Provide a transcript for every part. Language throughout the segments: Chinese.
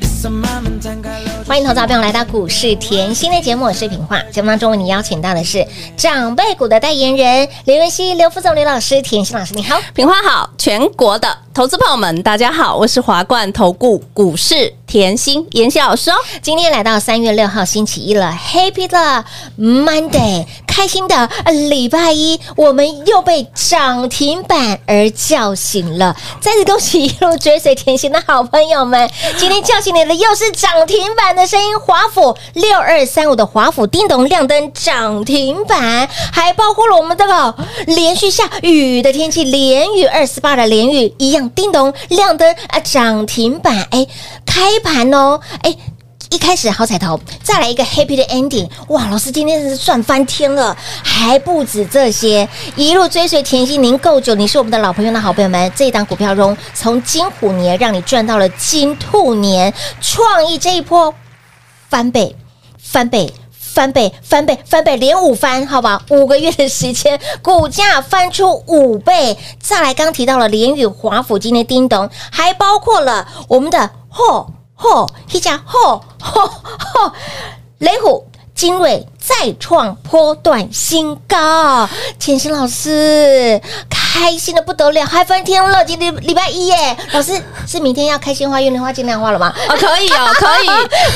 夜色慢慢摊开了。欢迎投资朋友来到股市甜心的节目，我是品化。节目当中为你邀请到的是长辈股的代言人刘文熙、刘副总、刘老师、甜心老师，你好。品花好，全国的投资朋友们，大家好，我是华冠投顾股市甜心妍希老师哦。今天来到三月六号星期一了，Happy 的 Monday，开心的呃礼拜一，我们又被涨停板而叫醒了。再次恭喜一路追随甜心的好朋友们，今天叫醒你的又是涨停板的声音，华府六二三五的华府叮咚亮灯涨停板，还包括了我们的哦连续下雨的天气，连雨二四八的连雨一样叮咚亮灯啊涨停板，哎，开盘哦，哎。一开始好彩头，再来一个 happy 的 ending，哇！老师今天真是赚翻天了，还不止这些，一路追随甜心您够久，你是我们的老朋友的好朋友们。这一档股票中，从金虎年让你赚到了金兔年，创意这一波翻倍，翻倍。翻倍，翻倍，翻倍，连五翻，好吧，五个月的时间， 股价翻出五倍。再来，刚提到了联宇、华府，今天叮咚，还包括了我们的嚯嚯一家嚯嚯嚯雷虎。精锐再创波段新高，钱鑫老师开心的不得了，嗨翻天了！今天礼拜一耶，老师是明天要开心花、月莲花、金兰花了吗？ 哦，可以 哦，可以，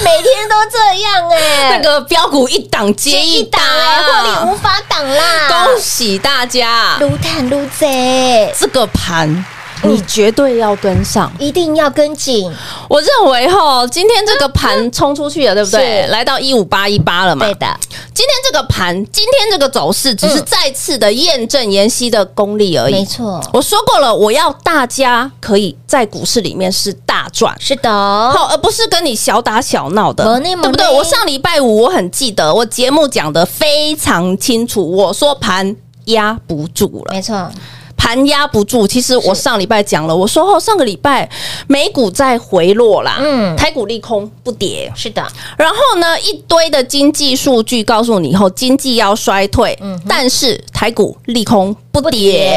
每天都这样哎，那个标股一档接一档啊哎，获利无法挡啦！恭喜大家！撸探撸贼，这个盘你绝对要跟上，一定要跟紧，我认为哈，今天这个盘冲出去了，对不对？是来到一五八一八了嘛？对的，今天这个盘，今天这个走势，只是嗯再次的验证妍希的功力而已。没错我说过了，我要大家可以在股市里面是大赚。是的，好，而不是跟你小打小闹的没，呢哦对不没对？呢我上礼拜五我很记得，我节目讲的非常清楚，我说盘压不住了，没错，盘压不住。其实我上礼拜讲了，我说哦，上个礼拜美股在回落啦，嗯嗯，台股利空不跌，是的，然后呢，一堆的经济数据告诉你以后经济要衰退，但是台股利空不跌。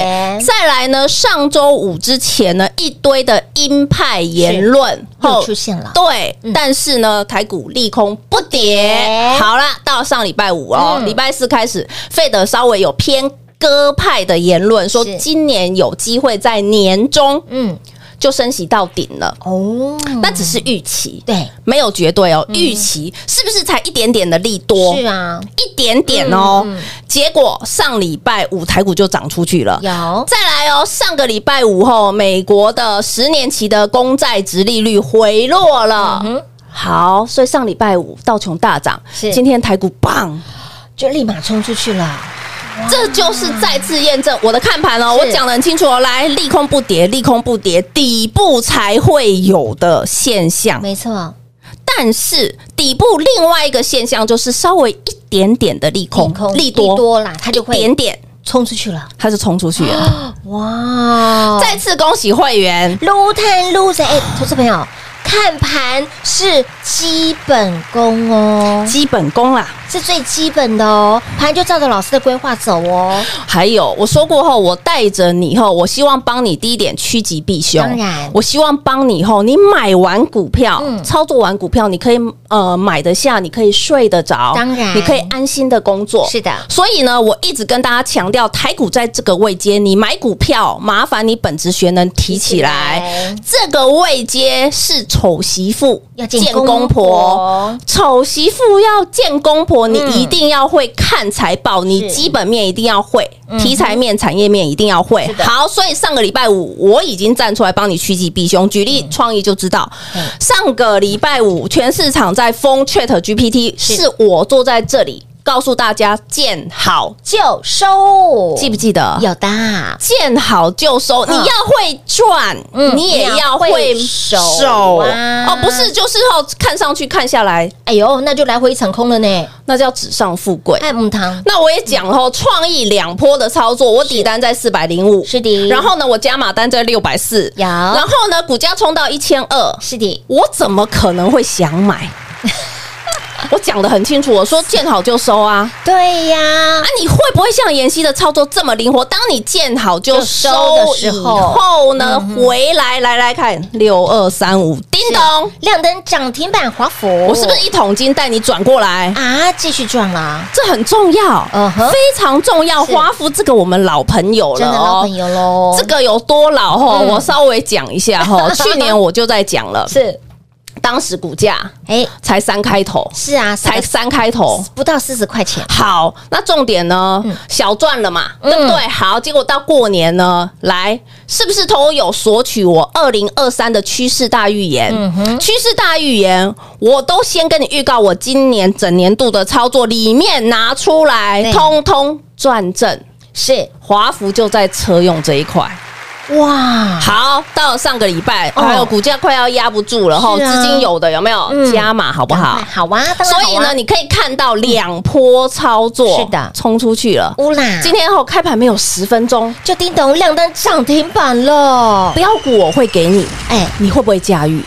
嗯跌再来呢，上周五之前呢，一堆的鹰派言论又后出现了，对，嗯但是呢，台股利空不跌跌。好啦，到上礼拜五哦，嗯礼、拜四开始，费德稍微有偏。鸽派的言论说是，今年有机会在年中嗯，就升息到顶了，哦，那只是预期。对，没有绝对哦，预期是不是才一点点的利多？嗯是啊，一点点哦。嗯嗯结果上礼拜五台股就涨出去了。有再来哦，上个礼拜五后，美国的十年期的公债值利率回落了。嗯哼好，所以上礼拜五道琼大涨，是今天台股棒，就立马冲出去了，这就是再次验证我的看盘哦。是我讲的很清楚哦，来利空不跌，利空不跌，底部才会有的现象。没错，但是底部另外一个现象就是稍微一点点的利空利、空利利多，多啦，它就一点会点冲出去了，它就冲出去了。哇，再次恭喜会员，撸探撸贼，哎，投资朋友。看盘是基本功哦，基本功啊啦。是最基本的哦，盘就照着老师的规划走哦。还有我说过后，我带着你后，我希望帮你第一点趋吉避凶。当然我希望帮你后，你买完股票、嗯操作完股票，你可以呃买得下，你可以睡得着，当然你可以安心的工作。是的所以呢，我一直跟大家强调，台股在这个位阶，你买股票，麻烦你本职学能提起来。提起这个位阶是丑媳妇要见公婆丑媳妇要见公婆，你嗯一定要会看财报，你基本面一定要会，题材面、产业面一定要会嗯是。的好，所以上个礼拜五我已经站出来帮你趋吉避凶。举例创意就知道，嗯上个礼拜五全市场在封 Chat GPT，是是我坐在这里告诉大家见好，就收，记不记得？有的，见好就收，你要会赚，嗯你也你要要会会守守啊哦，不是，就是哦，看上去看下来，哎呦，那就来回一场空了呢。那叫纸上富贵。哎，母堂那我也讲哦，创意两波的操作，我底单在四百零五，是的然后呢，我加码单在六百四，有然后呢，股价冲到一千二，是的，我怎么可能会想买？ 我讲的很清楚，我说见好就收啊！对呀啊，，你会不会像妍希的操作这么灵活？当你见好就收就收的时以候嗯后呢，回来来来看六二三五，叮咚！亮灯涨停板华府，我是不是一桶金带你转过来？啊？继续赚了，这很重要，嗯哼非常重要。是华孚这个我们老朋友真哦了的哦老朋友喽。这个有多老哈？嗯我稍微讲一下哈， 去年我就在讲了，是，当时股价哎，才三开头，是啊，才才三开头。不到四十块钱，好，那重点呢，嗯小赚了嘛，对不对？好，结果到过年呢，来，是不是都有索取我二零二三的趋势大预言？嗯趋势大预言，我都先跟你预告，我今年整年度的操作里面拿出对来，通通转正。是华孚就在车用这一块。哇，好，到了上个礼拜，哦还有股价快要压不住了哈，是啊资金有的有没有嗯加码，好不好赶快？好啊，当然所以好啊呢，，你可以看到两波操作，是的冲出去了。乌啦，今天后开盘没有十分钟，就叮咚亮灯涨停板了，标股我会给你，哎，你会不会驾驭？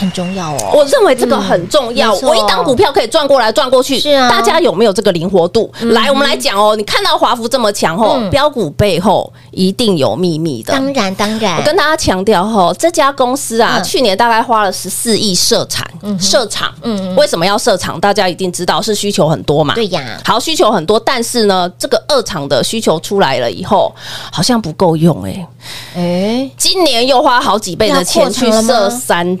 很重要哦，嗯我认为这个很重要。没错我一档股票可以转过来转过去，是啊大家有没有这个灵活度？来，我们来讲哦，你看到华孚这么强哦，嗯标股背后一定有秘密的。当然当然我，跟大家强调哈，这家公司啊，嗯去年大概花了十四亿设厂，设厂，嗯嗯为什么要设厂？大家一定知道是需求很多嘛，对呀，好，需求很多，但是呢，这个二厂的需求出来了以后，好像不够用哎、哎，今年又花好几倍的钱去要扩厂了吗设 三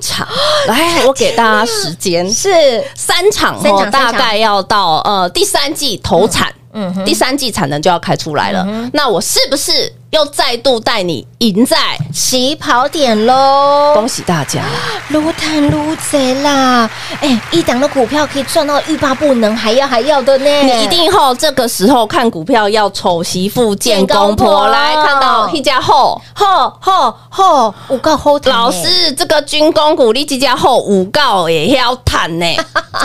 厂，来，我给大家时间，是三厂三哦厂，大概要到呃第三季投产，嗯第三季产能就要开出来了。那我是不是又再度带你赢在？起跑点喽恭，喜大家！撸探撸贼啦！哎，一档的股票可以赚到欲罢不能，还要还要的呢。你一定后这个时候看股票要丑媳妇见公见公婆婆，来看到一家后。吼吼吼，我告吼谈呢老师，这个军工股你这家后五告也要 谈呢？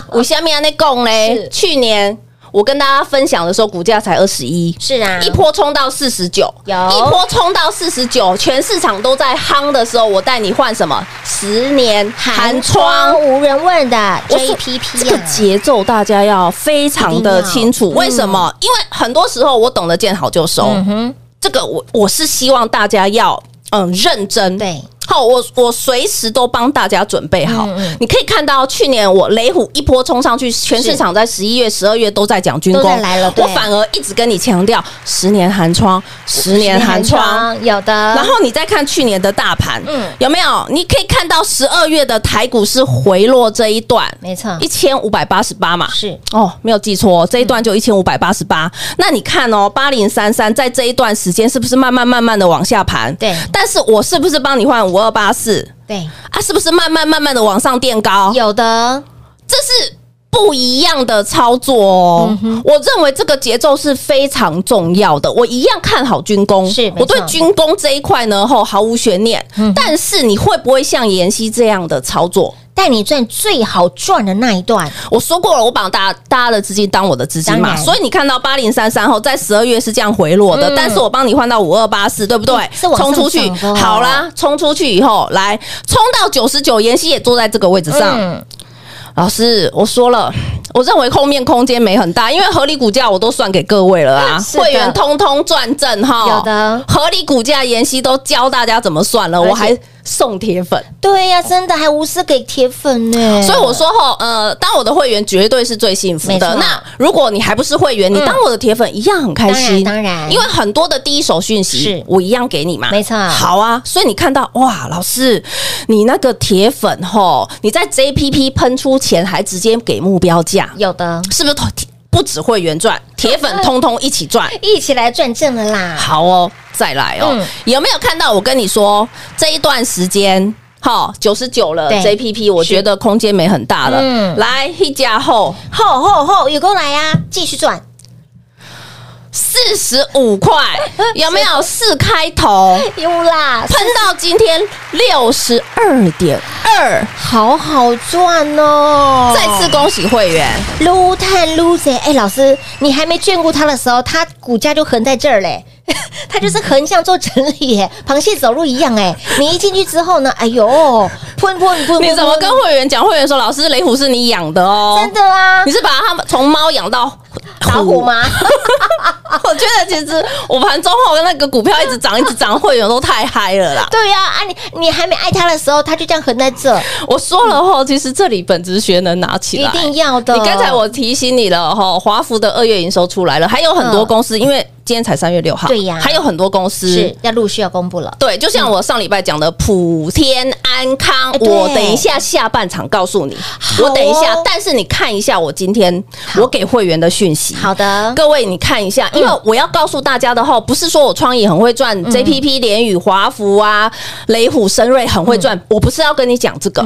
我下面那讲嘞是，去年我跟大家分享的时候，股价才二十一，是啊，一波冲到四十九，有一波冲到四十九，全市场都在夯的时候，我带你换什么？十年寒窗。无人问的我说 JPP 这个呀，节奏大家要非常的清啊一楚，定要为什么？因为很多时候我懂得见好就收，嗯哼，这个我我是希望大家要嗯认真。对，好，我我随时都帮大家准备好。嗯嗯你可以看到去年我雷虎一波冲上去，全市场在十一月、十二月都在讲军都在工，来了对我反而一直跟你强调十年寒窗，十年寒窗。有的，然后你再看去年的大盘，嗯嗯，有没有？你可以看到十二月的台股是回落这一段，没错一千五百八十八嘛，是哦，没有记错、哦，这一段嗯就一千五百八十八。那你看哦，八零三三在这一段时间是不是慢慢慢慢的往下盘？对但是我是不是帮你换五二八四对，啊？是不是慢慢慢慢的往上垫高？有的这是不一样的操作嗯哦。我认为这个节奏是非常重要的。我一样看好军工，是没错嗯我对军工这一块呢，吼毫无悬念。但是你会不会像妍希这样的操作？带你赚最好赚的那一段，我说过了，我把大大家的资金当我的资金当嘛，然所以你看到八零三三后在十二月是这样回落的，但是我帮你换到五二八四，对不对嗯？是往上冲出去涨的哦，好啦，冲出去以后来冲到九十九，妍希也坐在这个位置上。嗯，老师，我说了，我认为后面空间没很大，因为合理股价我都算给各位了啊， 是的会员通通赚正哈。有的合理股价，妍希都教大家怎么算了，而且我还送铁粉，对呀，真的还无私给铁粉呢，所以我说哈，呃，当我的会员绝对是最幸福嗯没错嗯的。那如果你还不是会员，你当我的铁粉一样很开心，当然当然因为很多的第一手讯是息我一样给你嘛，没错好啊，所以你看到哇，老师，你那个铁粉吼，你在 JPP 喷出前还直接给目标价，有的是不是不止会员赚，铁粉通通一起赚？一起来赚正了啦，好哦，再来哦，嗯有没有看到我跟你说这一段时间？好九十九了对，JPP 我觉得空间没很大了。嗯来，一加后吼吼吼，有空来啊，继续赚，四十 五块，有没有四开头？有啦，喷到今天六十二点二，好好赚哦！再次恭喜会员。撸探撸贼，哎，老师，你还没眷顾它的时候，它股价就横在这儿嘞， 它就是横向做整理耶，螃蟹走路一样哎。你一进去之后呢，哎呦，喷喷喷，你怎么喷跟会员讲？会员说：“老师，雷虎是你养的哦。”真的啊你？是把它们从猫养到 老虎？吗？ 我觉得其实我盘中后那个股票一直涨，一直涨，会员都太嗨了啦。对呀、啊，你你还没爱它的时候，它就这样横在这，我说了后，其实这里本职学能拿起一来。定要的。你刚才我提醒你了哈，华孚的二月营收出来了，还有很多公司，因为今天才三月六号，对呀还有很多公司是。要陆续要公布了，对，就像我上礼拜讲的，普天安康，哎对我等一下下半场告诉你，哦我等一下，但是你看一下我今天我给会员的讯息，好的，各位，你看一下，嗯因为我要告诉大家的话，不是说我创意很会赚，JPP、联宇、华孚啊、雷虎、深瑞很会嗯赚，我不是要跟你讲这个，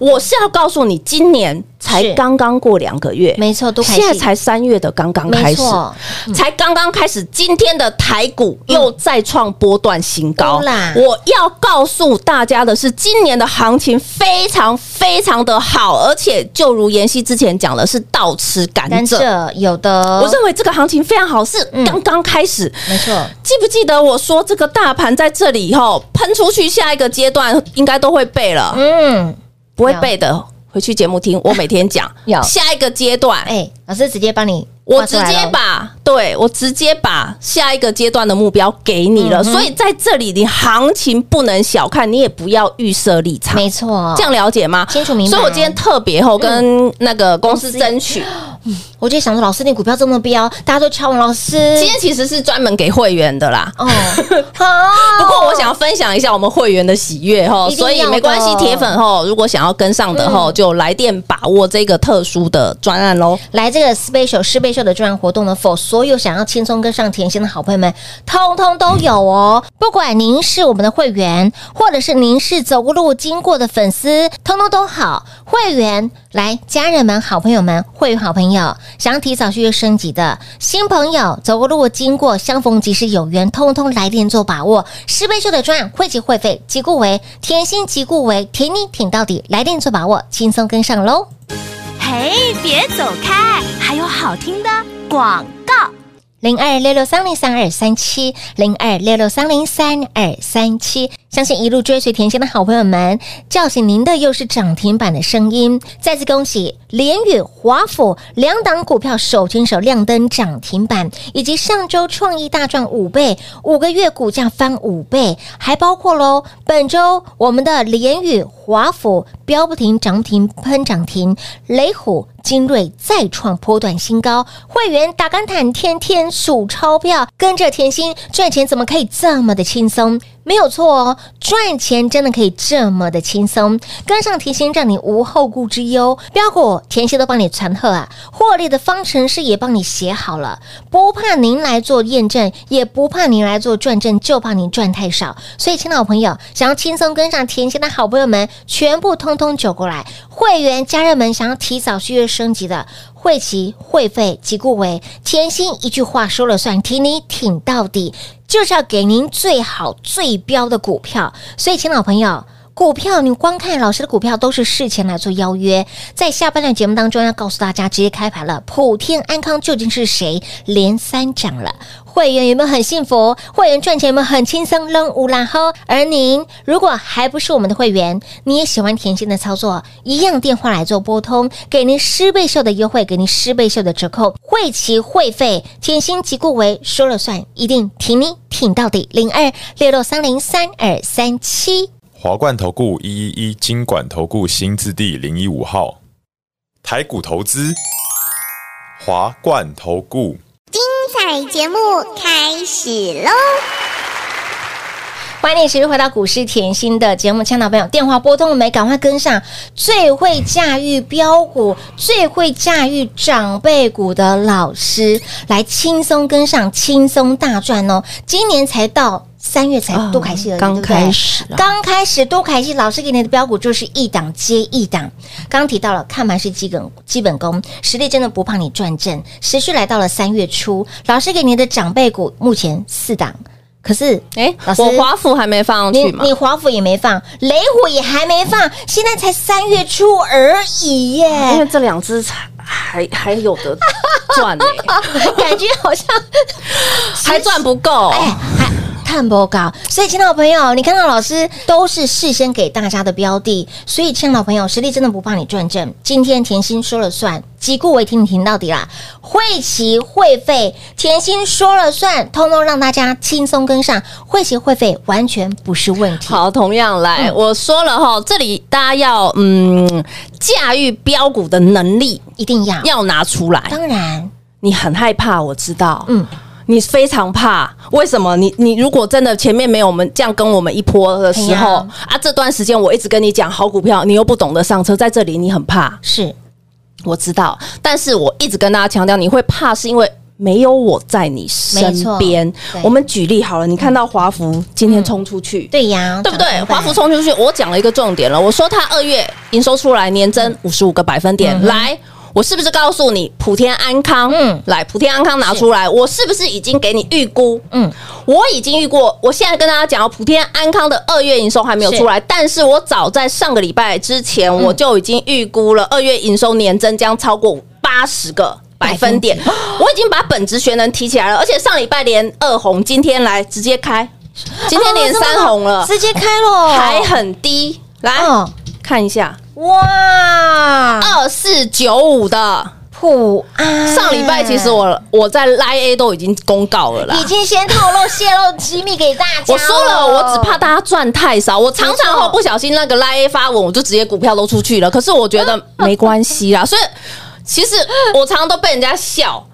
我是要告诉你，今年才是刚刚过两个月，没错，都开现心在才三月的刚刚开没始，错，才刚刚开始，今天的台股又再创波段新高。嗯都啦我要告诉大家的是，今年的行情非常非常的好，而且就如妍希之前讲的是倒吃甘甘蔗。蔗有的，我认为这个行情非常好，是嗯刚刚开始。没错，记不记得我说这个大盘在这里以后喷出去，下一个阶段应该都会背了，嗯，不会背的。回去节目听，我每天 讲有下一个阶段，哎，老师直接帮你我画直出来咯，接把对我直接把下一个阶段的目标给你嗯了，所以在这里你行情不能小看，你也不要预设立场，没错，这样了解吗？清楚明白嗯所以我今天特别后跟那个公司争取，我就想说，老师，你股票这么飙，大家都敲我老师今天其实是专门给会员的啦。 哦，好，不过我想要分享一下我们会员的喜悦哈，哦一定所要的嗯以没关系，铁粉哈，如果想要跟上的哈，就来电把握这个特殊的专案喽。来这个 special 师倍秀的专案活动呢，否所有想要轻松跟上甜心的好朋友们，通通都有哦。不管您是我们的会员，或者是您是走过路经过的粉丝，通通都好。会员来，家人们、好朋友们，会员好朋友，想要提早续约升级的新朋友，走过路过经过，相逢即是有缘，通通来电做把握。师倍秀的专案会籍会费，即顾为甜心，即顾为甜你挺到底，来电做把握，轻松跟上喽。嘿，别走开，还有好听的广告。零二六六三零三二三七，零二六六三零三二三七。相信一路追随甜心的好朋友们，叫醒您的又是涨停板的声音。再次恭喜联宇、华府两档股票手牵手亮灯涨停板，以及上周创意大赚五倍，五个月股价翻五倍，还包括喽本周我们的联宇、华府飙不停涨停喷涨停，雷虎精锐再创波段新高，会员打钢坦天天数钞票，跟着甜心赚钱怎么可以这么的轻松？没有错哦，赚钱真的可以这么的轻松，跟上甜心让你无后顾之忧。标股甜心都帮你传贺啊，获利的方程式也帮你写好了，不怕您来做验证，也不怕您来做转正，就怕您赚太少。所以，亲爱的朋友，想要轻松跟上甜心的好朋友们，全部通通走过来。会员家人们想要提早续约升级的，会籍会费及顾为甜心一句话说了算，挺你挺到底，就是要给您最好最标的股票。所以，亲老朋友。股票，你光看老师的股票都是事前来做邀约，在下半段节目当中要啊告诉大家，直接开盘了。普天安康究竟是谁连三涨了？会员有没有很幸福？会员赚钱有没有很轻松？扔无啦吼！而您如果还不是我们的会员，你也喜欢甜心的操作，一样电话来做拨通，给您十倍秀的优惠，给您十倍秀的折扣，会期会费，甜心即顾为说了算，一定挺你挺到底。零二六六三零三二三七。华冠投顾一一一金管投顾新字第零一五号，台股投资，华冠投顾。彩节目开始喽！欢迎你持续回到股市甜心的节目，亲爱的朋友，电话拨通了没？赶快跟上！最会驾驭标股、最会驾驭长辈股的老师，来轻松跟上，轻松大赚哦！今年才到。三月才哦多凯西而已，刚对不对开始啊刚开始多凯西老师给你的标股就是一档接一档。刚刚提到了看盘是基本基本功，实力真的不怕你转正。持续来到了三月初，老师给你的长辈股目前四档，可是哎老，师我华府还没放上你去嘛你？华府也没放，雷虎也还没放，现在才三月初而已耶，因为这两只才还还有的赚呢， 感觉好 像还赚不够。哎，还探波高，所以，亲爱的朋友，你看到老师都是事先给大家的标的，所以，亲爱的朋友，实力真的不怕你转正。今天甜心说了算，即顾为听，你听到底啦。会期会费，甜心说了算，通通让大家轻松跟上。会期会费完全不是问题。好，同样嗯来，我说了哈，这里大家要嗯驾驭标股的能力一定要，要拿出来。当然，你很害怕，我知道，嗯嗯，你非常怕，为什么？你你如果真的前面没有我们这样跟我们一波的时候哎啊这段时间我一直跟你讲好股票，你又不懂得上车，在这里你很怕，是我知道，但是我一直跟大家强调，你会怕是因为。没有我在你身边没错对，嗯我们举例好了，你看到华孚今天冲出去，对呀，对不对？涨停板华孚冲出去，我讲了一个重点了，我说它二月营收出来年增五十五个百分点，来。我是不是告诉你普天安康？嗯嗯，来普天安康拿出来，我是不是已经给你预估？嗯嗯，我已经预估，我现在跟大家讲，普天安康的二月营收还没有出来，但是嗯我早在上个礼拜之前，我就已经预估了二月营收年增将超过八十个。百分点， 我已经把本职学能提起来了，而且上礼拜连二红，今天来直接开，今天连三红了，直接开喽，还很低。来、哦，看一下哇，嗯二四九五的，普安上礼拜其实我我在 Line A 都已经公告了啦已。经先透露泄露机密给大家。我说了，我只怕大家赚太少，我常没常错会不小心那个 Line A 发文，我就直接股票都出去了。可是我觉得没关系啦，所以其实我常常都被人家笑，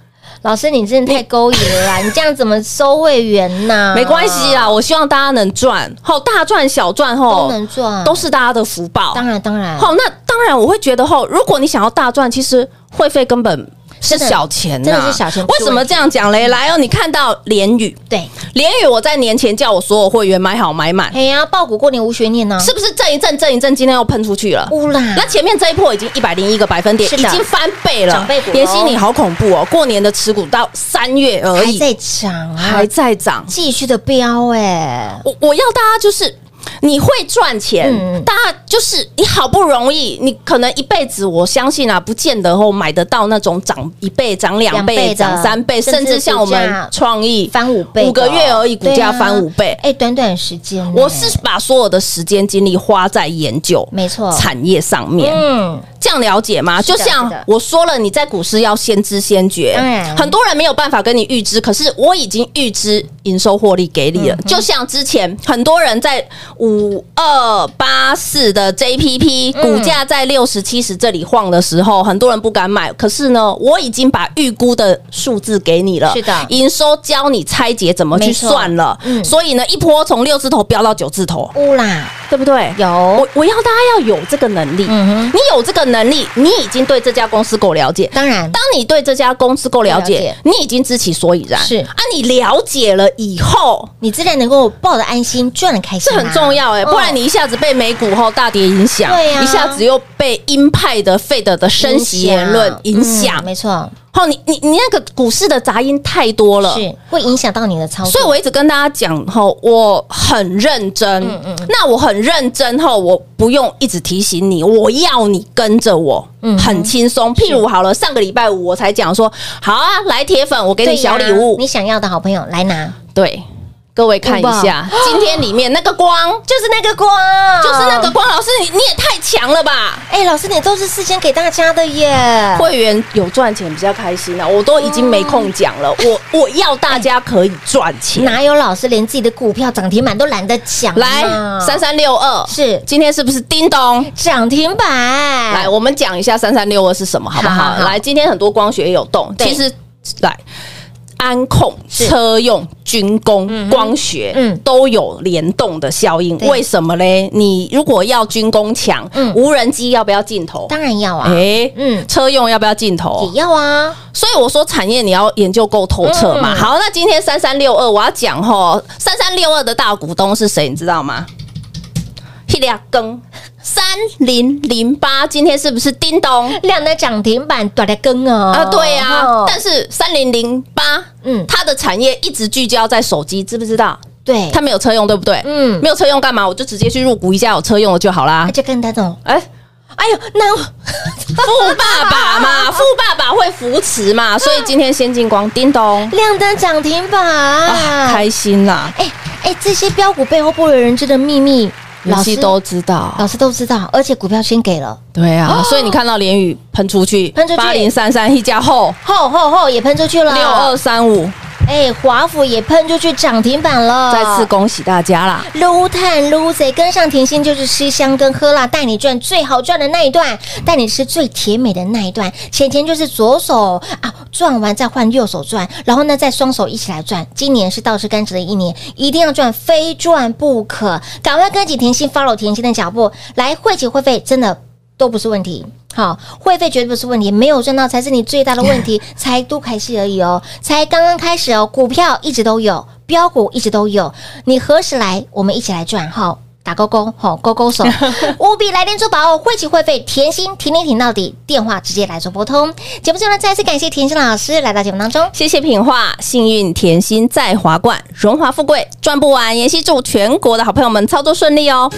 老师，你真的太勾引了啦！你这样怎么收会员呢？没关系，啦。我希望大家能赚，吼大赚小赚吼都能赚，都是大家的福报。当然当然，好，那当然我会觉得吼，如果你想要大赚，其实会费根本是真的小钱、呐，真的是小钱为什么这样讲嘞？来哦，你看到联宇，对，联宇我在年前叫我所有会员买好买满，哎呀，爆股过年无悬念呢，是不是震一震震一震，今天又喷出去了？乌啦，那前面这一波已经一百零一个百分点，哦是已的经翻倍了。长辈股咯妍希你好恐怖哦！过年的持股到三月而还已，在涨啊，还在涨。继续的飙哎，我我要大家就是你会赚钱，嗯大家就是你好不容易，你可能一辈子，我相信啊，不见得后买得到那种涨一倍、涨两两倍倍、的涨三倍，甚至甚至像我股价们创意翻五倍的，五个月而已，股价对啊翻五倍。哎，短短时间呢，我是把所有的时间精力花在研究，没错产业上面，嗯，这样了解吗？是的就像是的我说了，你在股市要先知先觉当然，很多人没有办法跟你预知，可是我已经预知营收获利给嗯你了。就像之前很多人在五二八四的 JPP 嗯股价在六十七十这里晃的时候，很多人不敢买，可是呢，我已经把预估的数字给你了，是的营收教你拆解怎么去没错算了，嗯所以呢，一波从六字头飙到九字头，乌啦，对不对？有我我要大家要有这个能力，嗯你有这个能力，你已经对这家公司够了解。当然当你对这家公司够了解，了解你已经知其所以然。是啊，你了解了以后，你自然能够抱得安心，赚得开这心啊，很重要嗯哎、不然你一下子被美股后大跌影响，对呀一下子又被鹰派的 Fed 的升息言论影响嗯，没错，后、你你你那个股市的杂音太多了，是会影响到你的操作，所以我一直跟大家讲吼，我很认真。那我很认真后，我不用一直提醒你，我要你跟着我，嗯很轻松。譬如好了，上个礼拜五我才讲说，好啊，来铁粉，我给对你呀小礼物。你想要的好朋友来拿，对，各位看一下，今天里面那个 光，就是那个光，就是那个。光，老师你你也太强了吧！哎、老师，你都是事先给大家的耶，会员有赚钱比较开心啊，我都已经没空讲了，我我要大家可以赚钱。哪有老师连自己的股票涨停板都懒得讲啊？来，三三六二是今天是不是叮咚？涨停板，来，来我们讲一下三三六二是什么，好不好？哎好好好来，今天很多光学也有动，对其实来。安控、车用、军工、光学，嗯都有联动的效应。对为什么嘞？你如果要军工强，嗯无人机要不要镜头？当然要啊，哎，嗯嗯，车用要不要镜头？也要啊，所以我说产业你要研究够透彻嘛。嗯好，那今天三三六二，我要讲吼，三三六二的大股东是谁，你知道吗？一两更三零零八，今天是不是叮咚？亮的涨停板短的更哦，啊，对呀、哦但是三零零八，嗯嗯，它的产业一直聚焦在手机，知不知道？对，它没有车用，对不对？嗯嗯，没有车用干嘛？我就直接去入股一家有车用的就好啦那。就跟他懂，哎、哎呦，那我，富爸爸嘛，富爸爸会扶持嘛，所以今天先进光叮咚亮灯涨停板，啊，哎开心啦！哎，这些标股背后不为人知的秘密，老师都知道，老师都知道，而且股票先给了，对啊，所以你看到连宇喷出去，喷出去啊八零三三一加后吼吼吼也喷出去了，六二，三五，哎，华府也喷出去涨停板了，再次恭喜大家啦！撸碳撸贼，跟上甜心就是吃香跟喝辣，带你赚最好赚的那一段，带你吃最甜美的那一段。钱钱就是左手啊转完再换右手转，然后呢再双手一起来转。今年是倒吃甘蔗的一年，一定要赚，非赚不可！赶快跟紧甜心，follow 甜心的脚步，来汇集会费，真的都不是问题。好，会费绝对不是问题，没有赚到才是你最大的问题，才都开始而已哦，才刚刚开始哦，股票一直都有，标股一直都有，你何时来，我们一起来赚哈。打勾勾，好勾勾手，务必来电做保哦！汇集会费，甜心挺你挺到底，电话直接来做拨通。节目最后呢，再次感谢甜心老师来到节目当中。谢谢品画，幸运甜心在华冠，荣华富贵赚不完。妍希祝全国的好朋友们操作顺利哦！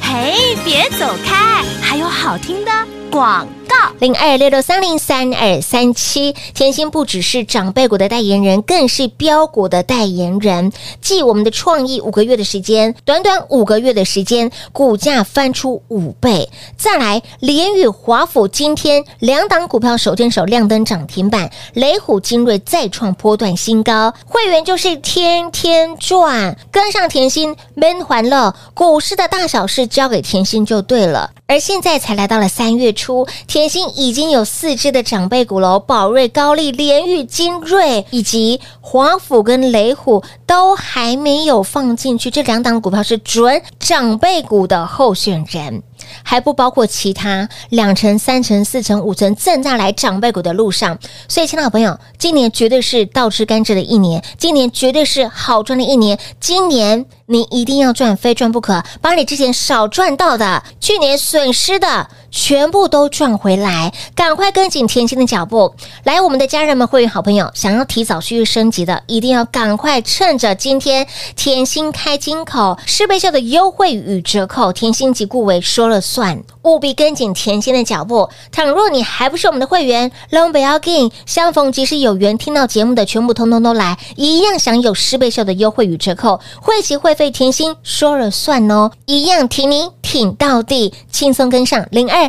嘿，别走开，还有好听的广告。零二六六三零三二三七。甜心不只是长辈股的代言人，更是标股的代言人。继我们的创意五个月的时间，短短五个月的时间，股价翻出五倍。再来，联宇、华府今天两档股票手牵手亮灯涨停板，雷虎精锐再创波段新高，会员就是天天赚，跟上甜心闷还乐，股市的大小事交给甜心就对了。而现在才来到了三月初，甜心已经有四只的长辈股喽，宝瑞、高丽、联裕、精锐以及华府跟雷虎都还没有放进去，这两档股票是准长辈股的候选人。还不包括其他两成、三成、四成、五成正在来长辈股的路上。所以，亲爱的朋友，今年绝对是倒吃甘蔗的一年，今年绝对是好赚的一年，今年你一定要赚，非赚不可，把你之前少赚到的、去年损失的全部都赚回来，赶快跟紧甜心的脚步。来，我们的家人们、会员好朋友，想要提早续约升级的，一定要赶快趁着今天甜心开金口狮倍秀的优惠与折扣，甜心及顾伟说了算，务必跟紧甜心的脚步。倘若你还不是我们的会员 l o n g 不要 g 相逢即是有缘，听到节目的全部通通都来，一样享有狮倍秀的优惠与折扣，会籍会费甜心说了算哦，一样挺你挺到底，轻松跟上零二